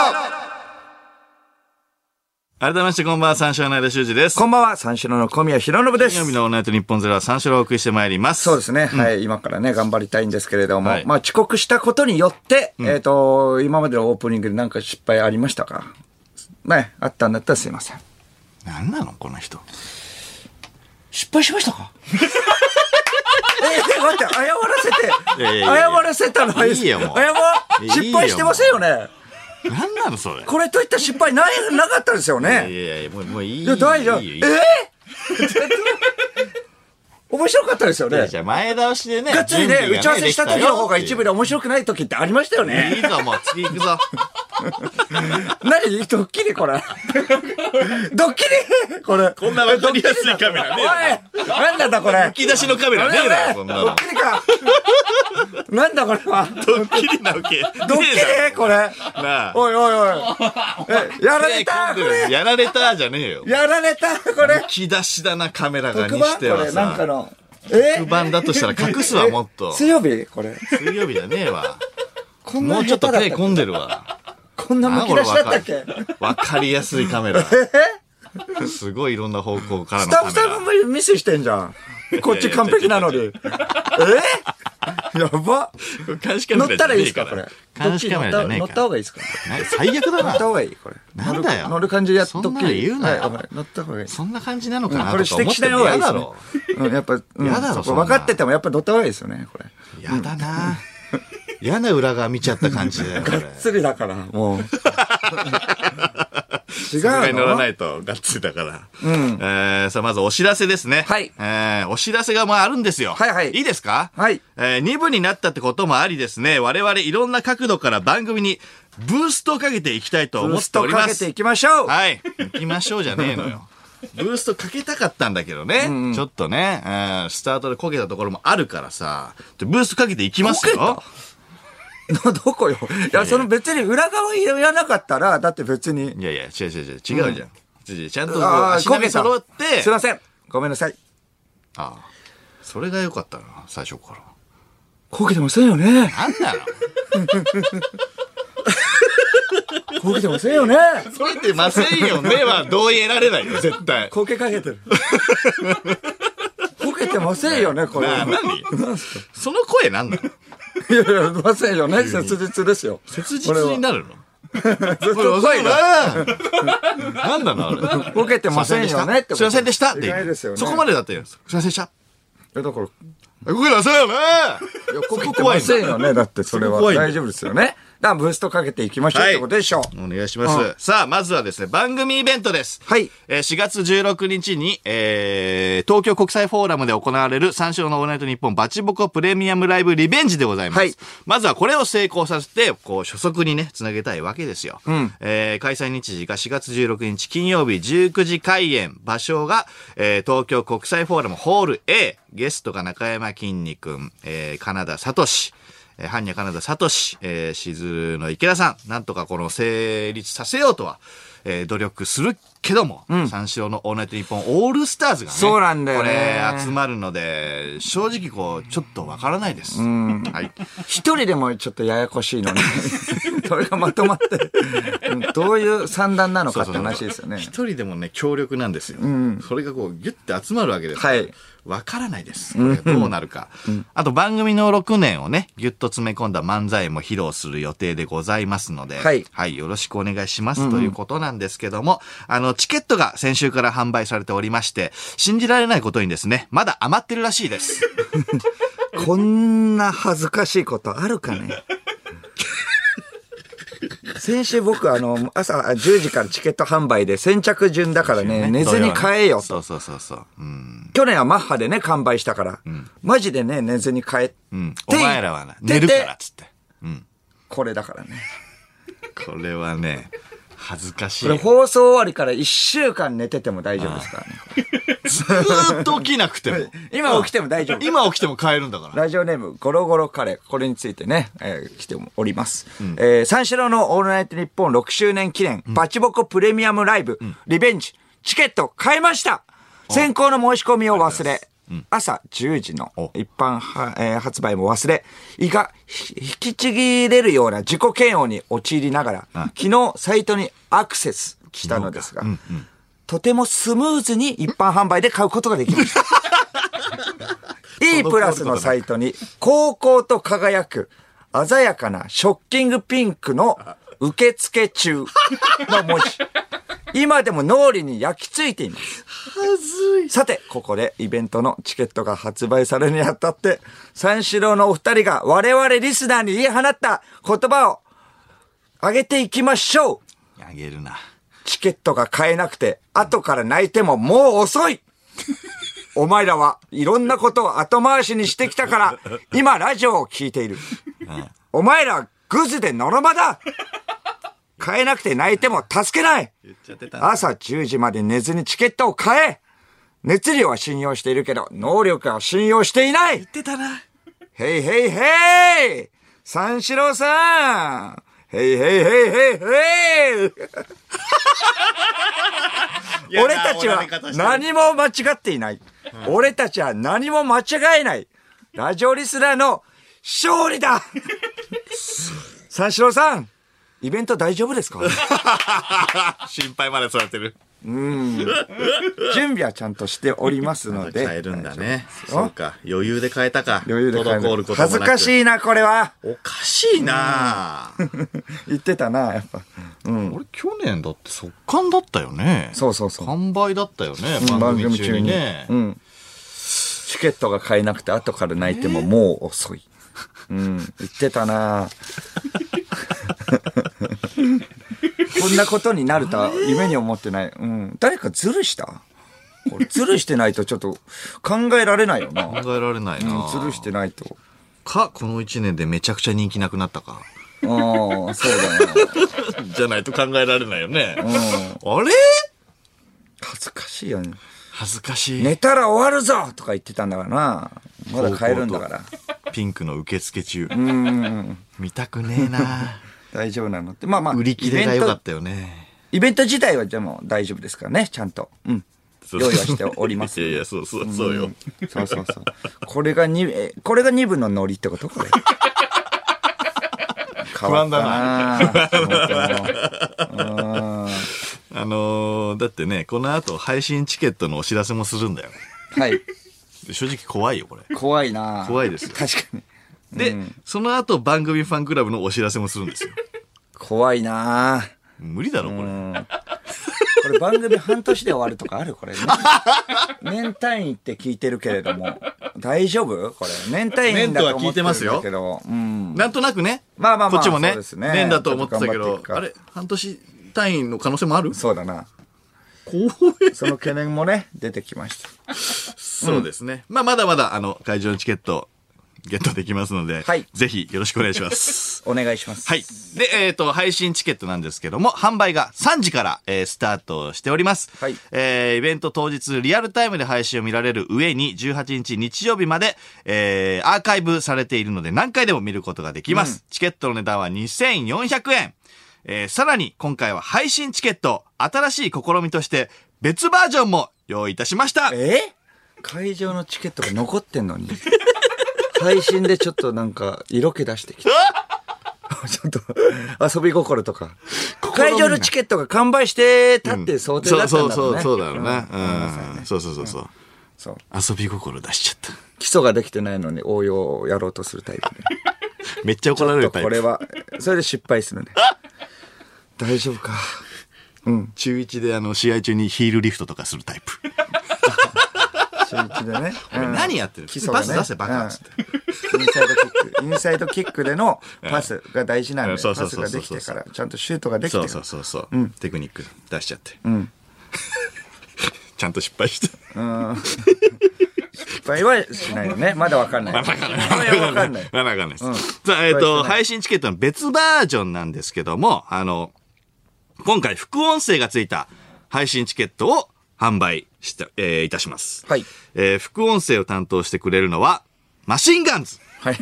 Speaker 1: 改めましてこんばんは、三四郎の間修二です。
Speaker 2: こんばんは、三四郎の小宮弘信で
Speaker 1: 金
Speaker 2: す
Speaker 1: 曜。日のオールナイトニッポンゼロは三四郎をお送りしてまいります。
Speaker 2: そうですね、はい、今からね、頑張りたいんですけれども、
Speaker 1: はい
Speaker 2: まあ遅刻したことによって、えっ、と、今までのオープニングでなんか失敗ありましたかね、あったんだったらすいません。
Speaker 1: なんなのこの人。
Speaker 2: 失敗しましたか え、待って、謝らせ
Speaker 1: い
Speaker 2: て、
Speaker 1: やいやいや
Speaker 2: 謝らせたのはいいです
Speaker 1: いいよもう
Speaker 2: 謝
Speaker 1: いいよ
Speaker 2: 失敗してませんよね。
Speaker 1: なんなのそれ。
Speaker 2: これといった失敗ない、なかったですよ
Speaker 1: い
Speaker 2: ね。
Speaker 1: やいや、もうもういい。
Speaker 2: いや、大丈夫。
Speaker 1: いいよいい
Speaker 2: え
Speaker 1: よ
Speaker 2: ー面白かったですよ
Speaker 1: いや
Speaker 2: ね
Speaker 1: じ。ゃあ前倒しでね。
Speaker 2: がっつり
Speaker 1: 準備
Speaker 2: ね、
Speaker 1: がね
Speaker 2: 打ち合わせした時の方が一部
Speaker 1: で
Speaker 2: で面白くない時ってありましたよ
Speaker 1: きたよってい
Speaker 2: ね。
Speaker 1: う。いいぞ、もう次行くぞ。
Speaker 2: 何ドッキリこれ。ドッキリこれ。
Speaker 1: こんなわかりやすいカメラ
Speaker 2: お
Speaker 1: ねえ
Speaker 2: い
Speaker 1: だろ。
Speaker 2: なんだったこれ
Speaker 1: 吹。き出しのカメラねえだろ、こんな
Speaker 2: ド
Speaker 1: の
Speaker 2: ッ。キリか。 なんだこれは。
Speaker 1: ドッキリなわけ。
Speaker 2: ドッキリこれ。
Speaker 1: なあ。
Speaker 2: おいお いおい。え、やられたこれ。
Speaker 1: やられたじゃねえよ。
Speaker 2: やられたこれ。
Speaker 1: 吹き出しだな、カメラが
Speaker 2: 特
Speaker 1: に
Speaker 2: 番
Speaker 1: し
Speaker 2: こ
Speaker 1: ては
Speaker 2: れ、なんか
Speaker 1: さ。
Speaker 2: の。え
Speaker 1: 不番だとしたら隠すわ、もっと。
Speaker 2: 水曜日これ。
Speaker 1: 水曜日じゃねえわ。
Speaker 2: こん
Speaker 1: も
Speaker 2: な
Speaker 1: うちょ
Speaker 2: 下
Speaker 1: っと
Speaker 2: 手
Speaker 1: 手
Speaker 2: だったっ
Speaker 1: 込んでるわ。
Speaker 2: け。こんな
Speaker 1: な
Speaker 2: むき出しだったっけ
Speaker 1: これわかわかりやすいカメラ。すごいいろんな方向から
Speaker 2: ス
Speaker 1: の
Speaker 2: タ
Speaker 1: カ
Speaker 2: ッフ
Speaker 1: メ
Speaker 2: さん
Speaker 1: ラ。
Speaker 2: もミスしてんじゃん。こっち完璧 なのに。えやば。
Speaker 1: 監視カメ
Speaker 2: 乗
Speaker 1: ラじ
Speaker 2: った
Speaker 1: ゃ
Speaker 2: ら
Speaker 1: ね
Speaker 2: いいで
Speaker 1: え
Speaker 2: すか
Speaker 1: か
Speaker 2: これ
Speaker 1: ら。。監視カメラじゃねえ
Speaker 2: 乗
Speaker 1: か
Speaker 2: った
Speaker 1: ら
Speaker 2: 方。がいいですか
Speaker 1: な最悪だ
Speaker 2: 乗った
Speaker 1: な。
Speaker 2: 方がいいこれ。
Speaker 1: なんだよ
Speaker 2: 乗る感じでやっ
Speaker 1: そ
Speaker 2: と
Speaker 1: ん
Speaker 2: き
Speaker 1: なの言うなよ
Speaker 2: はいごめん乗った方がいい。
Speaker 1: そんな感じなのか
Speaker 2: うん
Speaker 1: な
Speaker 2: こ
Speaker 1: と
Speaker 2: れ
Speaker 1: か
Speaker 2: 指
Speaker 1: 思っ
Speaker 2: 摘してない
Speaker 1: も
Speaker 2: 方がい
Speaker 1: 嫌だろ
Speaker 2: いです、ね。。うん、やっぱ、うん、
Speaker 1: 嫌だろ
Speaker 2: そこ
Speaker 1: そんな
Speaker 2: 分かっててもやっぱ乗った方がいいですよね、これ。
Speaker 1: 嫌だな。嫌な裏側見ちゃった感じだよ、これ。
Speaker 2: 釣りだから、 もう。違
Speaker 1: さすが
Speaker 2: う
Speaker 1: に乗らな
Speaker 2: の
Speaker 1: いと、がっつりだから。えーさあ、まずお知らせですね。
Speaker 2: はい
Speaker 1: えーお知らせがまああるんですよ。
Speaker 2: はいはい
Speaker 1: いいですか
Speaker 2: はい
Speaker 1: えー、2部になったってこともありですね、我々いろんな角度から番組にブーストをかけていきたいと
Speaker 2: ブ
Speaker 1: 思
Speaker 2: ー
Speaker 1: っ
Speaker 2: ス
Speaker 1: てお
Speaker 2: ト
Speaker 1: りま
Speaker 2: か
Speaker 1: す。
Speaker 2: けていきましょう、
Speaker 1: はい。行きましょうじゃねえの よ。ブーストかけたかったんだけどね。ちょっとね、うんスタートでこけたところもあるからさ。でブーストかけていきますよ
Speaker 2: こ。のどこよ。いや、その別に裏側言わなかったら、だって別に。
Speaker 1: いやいや、違う違う違う、違うじゃん。違うちゃんとこう
Speaker 2: あ
Speaker 1: 足
Speaker 2: ーこ
Speaker 1: 並
Speaker 2: け
Speaker 1: み
Speaker 2: た
Speaker 1: 揃って、
Speaker 2: すいません。ごめんなさい。
Speaker 1: ああそれが良かったな、最初から。
Speaker 2: こけてません よね。
Speaker 1: なんなの
Speaker 2: こけてませんよね。
Speaker 1: それってませんよねは同意得られないよ、絶対。
Speaker 2: こけかけて る。こけてませんよね、これ。
Speaker 1: なあ、何その声なんなの
Speaker 2: いやいや、ませんよね。切実ですよ。
Speaker 1: 切実になるのそれ遅いな。 なんなのあれ。
Speaker 2: ボケてませんよねってこと
Speaker 1: すいませんでしたって
Speaker 2: 意
Speaker 1: 言
Speaker 2: 外
Speaker 1: う
Speaker 2: ですよね。
Speaker 1: そこまでだったよ。すいませんでした。
Speaker 2: いやだから、
Speaker 1: 動きなさいよね。いや、ここ
Speaker 2: 怖いませんよね。だってそれは
Speaker 1: 怖いんだ
Speaker 2: 大丈夫ですよね。だからブーストかけていきましょうってことでしょう。
Speaker 1: お願いします。さあ、まずはですね、番組イベントです。
Speaker 2: はい
Speaker 1: えー4月16日に、えー東京国際フォーラムで行われる三章のオールナイトニッポンバチボコプレミアムライブリベンジでございます。
Speaker 2: はい
Speaker 1: まずはこれを成功させて、こう、初速にね、つなげたいわけですよ。えー開催日時が4月16日金曜日19時開演。場所が、えー東京国際フォーラムホール A。ゲストが中山きんに君、えー、金田聡。えー、般若カナダサトシ、えー、しずるの池田さん、なんとかこの成立させようとは、えー努力するけども、三四郎のオールナイトニッポンオールスターズがね、
Speaker 2: そうなんだよね
Speaker 1: これ集まるので、正直こう、ちょっとわからないです。はい。
Speaker 2: 一人でもちょっとややこしいのに、 それがまとまって、うんどういう算段なのかって話ですよね。
Speaker 1: 一人でもね、強力なんですよ。それがこう、ギュッて集まるわけです。
Speaker 2: はい。
Speaker 1: わからないです。これどうなるか。あと番組の6年をね、ギュッと詰め込んだ漫才も披露する予定でございますので、
Speaker 2: はい
Speaker 1: よろしくお願いしますということなんですけども、あの、チケットが先週から販売されておりまして、信じられないことにですね、まだ余ってるらしいです。
Speaker 2: こんな恥ずかしいことあるかね。先週僕あの朝10時からチケット販売で先着順だからね寝ずに買えよ
Speaker 1: そうそうそうそう。うん。
Speaker 2: 去年はマッハでね完売したから、マジでね寝ずに買えって
Speaker 1: うん。お
Speaker 2: 言って
Speaker 1: 前らはな、寝るからっつって。
Speaker 2: これだからね
Speaker 1: これはね、恥ずかしい
Speaker 2: これ
Speaker 1: よ。
Speaker 2: 放送終わりから1週間寝てても大丈夫ですからね
Speaker 1: ずーっと起きなくても。
Speaker 2: 今起きても大丈夫
Speaker 1: 今起きても買えるんだから。
Speaker 2: ラジオネーム、ゴロゴロカレー。これについてね、えー来ております。えー三四郎のオールナイトニッポン6周年記念、バチボコプレミアムライブ、リベンジ、チケット買いました先行の申し込みを忘れ、朝10時の
Speaker 1: お
Speaker 2: 一般は、えー発売も忘れ、胃がひ引きちぎれるような自己嫌悪に陥りながら、昨日サイトにアクセスしたのですが、とてもスムーズに一般販売で買うことができました。E プラスのサイトに、高校と輝く、鮮やかなショッキングピンクの受付中の文字。今でも脳裏に焼き付いています。さて、ここでイベントのチケットが発売されるにあたって、三四郎のお二人が我々リスナーに言い放った言葉を上げていきましょう
Speaker 1: あげるな。
Speaker 2: チケットが買えなくて、後から泣いてももう遅いお前らはいろんなことを後回しにしてきたから、今ラジオを聞いている。お前らはグズでのろまだ買えなくて泣いても助けない
Speaker 1: 言っちゃってたな
Speaker 2: 朝10時まで寝ずにチケットを買え熱量は信用しているけど、能力は信用していない
Speaker 1: 言ってたな。
Speaker 2: ヘイヘイヘイ三四郎さんヘイヘイヘイヘイヘイ俺たちは何も間違っていない。俺たちは何も間違えない。ラジオリスナーの勝利 だ三四郎さん、イベント大丈夫です か
Speaker 1: 心配までされてる。
Speaker 2: 準備はちゃんとしておりますので。
Speaker 1: 変えるんだね。
Speaker 2: よ
Speaker 1: そうか。余裕で変えたか。
Speaker 2: 余裕で帰
Speaker 1: 滞
Speaker 2: る
Speaker 1: ることもなく。
Speaker 2: 恥ずか
Speaker 1: い。
Speaker 2: しいな、これは。
Speaker 1: おかしいなぁ
Speaker 2: 言ってたな、やっぱ。うん。
Speaker 1: 俺去年だって速乾だったよね。
Speaker 2: そうそうそう
Speaker 1: 完売だったよね。
Speaker 2: 番
Speaker 1: 番組
Speaker 2: 組
Speaker 1: 中
Speaker 2: 中
Speaker 1: に
Speaker 2: に
Speaker 1: ね。。
Speaker 2: うん。チケットが買えなくて後から泣いてももう遅い。うん。言ってたなぁ こんなことになるとは夢に思ってない。うん。誰かズルしたこれズルしてないとちょっと考えられないよな。うん
Speaker 1: 考えられないな
Speaker 2: ズルしてないと。
Speaker 1: か、この1年でめちゃくちゃ人気なくなったか。
Speaker 2: ああ、そうだな。
Speaker 1: じゃないと考えられないよね。あれ
Speaker 2: 恥ずかしいよね。
Speaker 1: 恥ずかしい。
Speaker 2: 寝たら終わるぞとか言ってたんだからな。まだ買えるんだから。
Speaker 1: ピンクの受付中。見たくねえ な
Speaker 2: 大丈夫なのって。まあまあ、
Speaker 1: 売り切れが
Speaker 2: イベン
Speaker 1: 良か
Speaker 2: ト
Speaker 1: ったよね。
Speaker 2: イベント自体はでも大丈夫ですからね、ちゃんと。うん。
Speaker 1: そう
Speaker 2: 用意はしております。
Speaker 1: いやいや、そうそう、そうよ。
Speaker 2: そうそうそう。これが2、えこれが2部のノリってことこれ。 不
Speaker 1: 安だ
Speaker 2: な
Speaker 1: あのー、だってね、この後配信チケットのお知らせもするんだよ。
Speaker 2: はい。
Speaker 1: 正直怖いよ、これ。
Speaker 2: 怖いな
Speaker 1: 怖いですよ
Speaker 2: 確かに。
Speaker 1: で、その後番組ファンクラブのお知らせもするんですよ。
Speaker 2: 怖いなぁ。
Speaker 1: 無理だろ、こ
Speaker 2: う
Speaker 1: れ。
Speaker 2: んこれ番組半年で終わるとかあるこ れ、ね、年単位って聞いてるけれども大丈夫これ年単位だと思ってるんだけど、うん、
Speaker 1: なんとなくね。
Speaker 2: まあまあまあ
Speaker 1: こっちもね
Speaker 2: そうです、ね
Speaker 1: 年だと思ってたけ
Speaker 2: ちょっと頑張
Speaker 1: ど
Speaker 2: っていく、か
Speaker 1: あれ、半年単位の可能性もある
Speaker 2: そうだな
Speaker 1: 怖い。
Speaker 2: その懸念もね出てきました
Speaker 1: そうですね。まあ、まだまだ、あの、会場のチケット、ゲットできますので、
Speaker 2: はい
Speaker 1: ぜひよろしくお願いし ます。
Speaker 2: お願いします
Speaker 1: はい。で、えっ、と、配信チケットなんですけども、販売が3時から、えースタートしております。
Speaker 2: はい
Speaker 1: えーイベント当日、リアルタイムで配信を見られる上に、18日日曜日まで、えーアーカイブされているので、何回でも見ることができます。チケットの値段は2400円。えーさらに、今回は配信チケット、新しい試みとして、別バージョンも用意いたしました。
Speaker 2: え会場のチケットが残ってんのに配信でちょっとなんか色気出してきた ちょっと遊び心とか会場のチケットが完売してたって想定だったんだろうね、
Speaker 1: そうそうそう、そうだろうな。
Speaker 2: ん
Speaker 1: うん。そうそうそうそう。
Speaker 2: そう
Speaker 1: 遊び心出しちゃっ
Speaker 2: 基礎ができてないのに応用をやろうとするタイプね。
Speaker 1: た。めっちゃ怒られるタイ
Speaker 2: これ
Speaker 1: プ。
Speaker 2: は、それで失敗するね。大丈夫か。うん。
Speaker 1: 中1であの、試合中にヒールリフトとかするタイプ。
Speaker 2: 初日 でね。うん
Speaker 1: 何やってる
Speaker 2: 基礎がね
Speaker 1: パス出せバカっつって
Speaker 2: うんインサイドキック。インサイドキックでのパスが大事なん
Speaker 1: う
Speaker 2: で、
Speaker 1: んそう
Speaker 2: パ
Speaker 1: そう
Speaker 2: ス
Speaker 1: そう
Speaker 2: が
Speaker 1: そ
Speaker 2: で
Speaker 1: う
Speaker 2: きてから、ちゃんとシュートができて
Speaker 1: そう
Speaker 2: か
Speaker 1: そ
Speaker 2: ら
Speaker 1: う。そうそう。テクニック出しちゃって。ちゃんと失敗して。
Speaker 2: 失敗はしないよね。まだわかんない。まだわかんない。
Speaker 1: まあまあわかんないです。さあ、えっ、
Speaker 2: 失敗してな
Speaker 1: と、
Speaker 2: い
Speaker 1: 配信チケットの別バージョンなんですけども、あの、今回副音声がついた配信チケットを販売して、えーいたします。
Speaker 2: はい
Speaker 1: えー副音声を担当してくれるのは、マシンガンズ
Speaker 2: はい。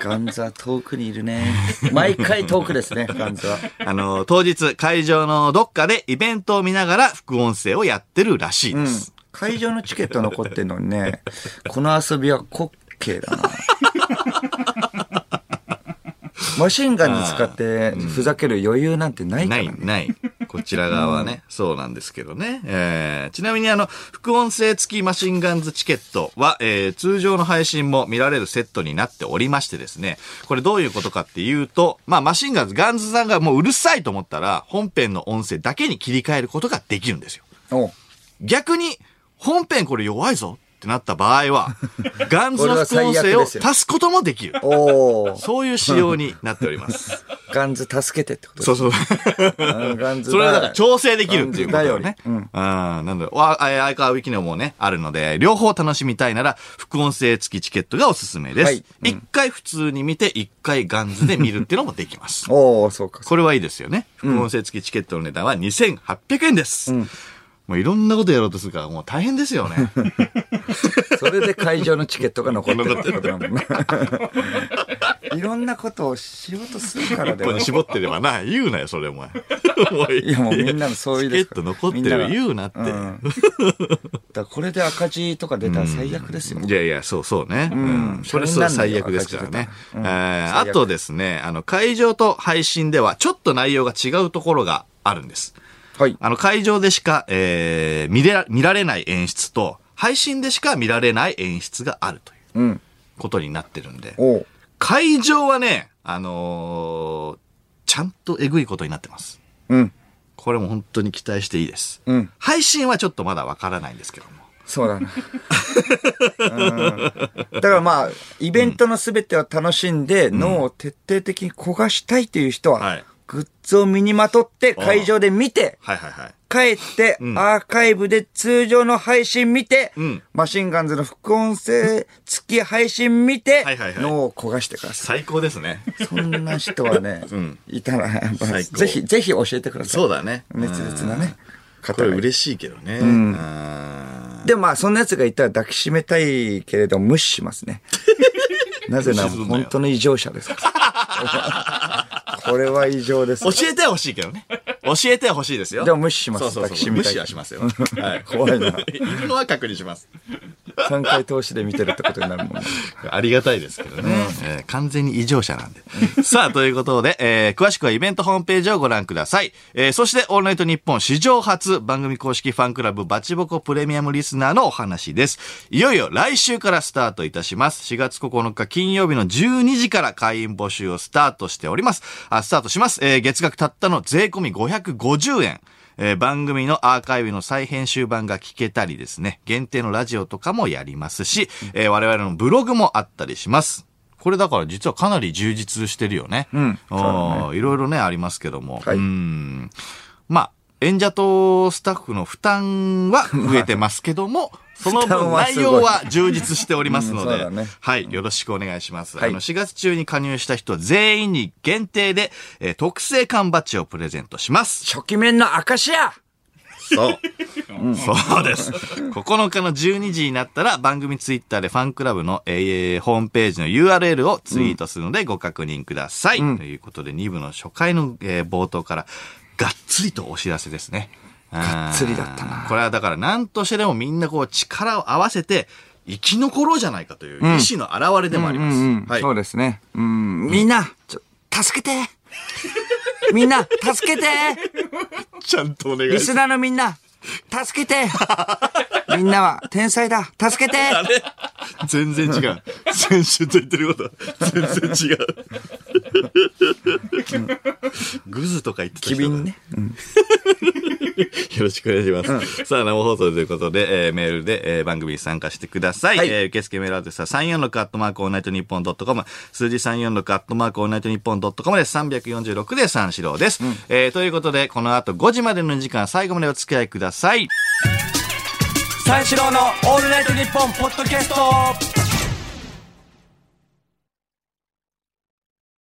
Speaker 2: ガンズは遠くにいるね。 毎回遠くですね、ガンズは。
Speaker 1: あの、当日、会場のどっかでイベントを見ながら副音声をやってるらしいです。
Speaker 2: 会場のチケット残ってんのにね、この遊びは滑稽 だな。マシンガンに使ってふざける余裕なんてない
Speaker 1: な
Speaker 2: から
Speaker 1: い、
Speaker 2: ね。
Speaker 1: ない。こちら側はね、そうなんですけどね。えーちなみにあの、副音声付きマシンガンズチケットは、えー通常の配信も見られるセットになっておりましてですね、これどういうことかっていうと、まあ、マシンガンズ、ガンズさんがもううるさいと思ったら、本編の音声だけに切り替えることができるんですよ。
Speaker 2: お
Speaker 1: 逆に、本編これ弱いぞってなった場合 は、ガンズの副音
Speaker 2: これ
Speaker 1: 声
Speaker 2: は最悪
Speaker 1: を
Speaker 2: ですよ
Speaker 1: 足すこともできる。
Speaker 2: おー
Speaker 1: そういう仕様になっており ます。
Speaker 2: ガンズ助けてってこと
Speaker 1: そうそう。
Speaker 2: うんガンズ
Speaker 1: それはだから調整できるっていうことだよ
Speaker 2: ガン
Speaker 1: ね。
Speaker 2: ズ
Speaker 1: う
Speaker 2: だよりうん
Speaker 1: ん。なんだろう。わあえ相川ウィキのもね、あるので、両方楽しみたいなら、副音声付きチケットがおすすめで
Speaker 2: は
Speaker 1: す
Speaker 2: い。
Speaker 1: 一、回普通に見て、一回ガンズで見るっていうのもできます。
Speaker 2: おーそうか。
Speaker 1: これはいいですよね。副音声付きチケットの値段は2800円です。もういろんなことやろうとするから、もう大変ですよね。
Speaker 2: それで会場のチケットが残ってるってことだもんね。 いろんなことをしようとするから
Speaker 1: 一
Speaker 2: だ
Speaker 1: 個
Speaker 2: よ
Speaker 1: に。絞ってればな、言うなよ、それお前。い
Speaker 2: いやもうみんなのそうい
Speaker 1: チ
Speaker 2: う
Speaker 1: ケ
Speaker 2: で
Speaker 1: ッ
Speaker 2: すか
Speaker 1: ト
Speaker 2: ら
Speaker 1: 残って
Speaker 2: みんな
Speaker 1: る
Speaker 2: が
Speaker 1: 言うなって。
Speaker 2: うんだからこれで赤字とか出たら最悪ですよ。
Speaker 1: いやいや、そうそうね。うん。
Speaker 2: うん
Speaker 1: それそう最悪ですからね。え
Speaker 2: うん
Speaker 1: ーあ
Speaker 2: 最悪
Speaker 1: とですね、あの、会場と配信ではちょっと内容が違うところがあるんです。
Speaker 2: はい。
Speaker 1: あの、会場でしか、えー見れら、見られない演出と、配信でしか見られない演出があるという
Speaker 2: うん。
Speaker 1: ことになってるんで、
Speaker 2: おう
Speaker 1: 会場はね、あのーちゃんとえぐいことになってます。
Speaker 2: うん。
Speaker 1: これも本当に期待していいです。
Speaker 2: うん
Speaker 1: 配信はちょっとまだわからないんですけども。
Speaker 2: そうだな。うんだからまあ、イベントのすべてを楽しんで、脳を徹底的に焦がしたいという人
Speaker 1: は、
Speaker 2: はいグッズを身にまとって会場で見て、
Speaker 1: はいはいはい。
Speaker 2: 帰って、
Speaker 1: うん
Speaker 2: アーカイブで通常の配信見て、
Speaker 1: うん
Speaker 2: マシンガンズの副音声付き配信見て
Speaker 1: はいはいは、い
Speaker 2: 脳を焦がしてくださ
Speaker 1: 最高ですね。
Speaker 2: い。そんな人 はね、
Speaker 1: ん
Speaker 2: いたら、やっぱ
Speaker 1: 最高
Speaker 2: ぜひ、ぜひ教えてくださ い。
Speaker 1: そうだね。
Speaker 2: 熱烈なね、
Speaker 1: こ
Speaker 2: 方
Speaker 1: れ
Speaker 2: がいて
Speaker 1: 嬉しいけどね。うん
Speaker 2: でもまあ、そんな奴がいたら抱きしめたいけれども、無視します ね。なぜなら、
Speaker 1: 無視すんなよ
Speaker 2: 本当の異常者ですから。 これは異常です
Speaker 1: 教。えては欲しいけどね。教えては欲しいですよ。
Speaker 2: でも無視します
Speaker 1: そうそう
Speaker 2: 抱
Speaker 1: そ
Speaker 2: きし
Speaker 1: う。
Speaker 2: め
Speaker 1: 無
Speaker 2: たい
Speaker 1: 視はしますよ。はい。
Speaker 2: 怖いな
Speaker 1: いるのは確認します。
Speaker 2: 3回通しで見てるってことになるもんね。
Speaker 1: ありがたいですけどね。えー完全に異常者なんで。さあ、ということで、えー詳しくはイベントホームページをご覧ください。えーそして、オールナイト日本史上初番組公式ファンクラブバチボコプレミアムリスナーのお話です。いよいよ来週からスタートいたします。4月9日金曜日の12時から会員募集をスタートしております。あ、スタートします。えー月額たったの税込み550円。えー番組のアーカイブの再編集版が聞けたりですね、限定のラジオとかもやりますし、えー我々のブログもあったりします。これだから実はかなり充実してるよね。
Speaker 2: ん
Speaker 1: おーいろいろね、ありますけども。
Speaker 2: はい
Speaker 1: うん。まあ、演者とスタッフの負担は増えてますけど も、その
Speaker 2: 負担
Speaker 1: 分
Speaker 2: はす
Speaker 1: 内
Speaker 2: ごい
Speaker 1: 容は充実しておりますの
Speaker 2: うん そう
Speaker 1: で、
Speaker 2: だね
Speaker 1: はい、よろしくお願いします。
Speaker 2: はい
Speaker 1: あの、4月中に加入した人全員に限定で、えー特製缶バッジをプレゼントします。
Speaker 2: 初期面の証や
Speaker 1: そう。そうです。9日の12時になったら番組ツイッターでファンクラブの、えーホームページの URL をツイートするのでご確認ください。ということで2部の初回の、えー冒頭からがっつりとお知らせですね。が
Speaker 2: っつりだったな
Speaker 1: これはだから何としてでもみんなこう力を合わせて生き残ろうじゃないかという意志の表れでもあります。はい。
Speaker 2: そうですね。うん、みんな、ちょ助け てみんな、助けて
Speaker 1: ちゃんとお願
Speaker 2: リスナーのみんな、助けてみんなは天才だ 助けて
Speaker 1: 全然違う。先週と言ってることは全然違う。グズとか言ってた
Speaker 2: 機
Speaker 1: 人だ
Speaker 2: 敏ね。
Speaker 1: よろしくお願いします。さあ、生放送ということで、えーメールで、えー番組に参加してください。
Speaker 2: はい
Speaker 1: えー受付メールアドレスは346アットマークオールナイトニッポンドットコム、数字346アットマークオールナイトニッポンドットコムです。346で三四郎です。えーということで、この後5時までの時間、最後までお付き合いください。
Speaker 2: 三四郎のオールナイトニッポンポッドキャスト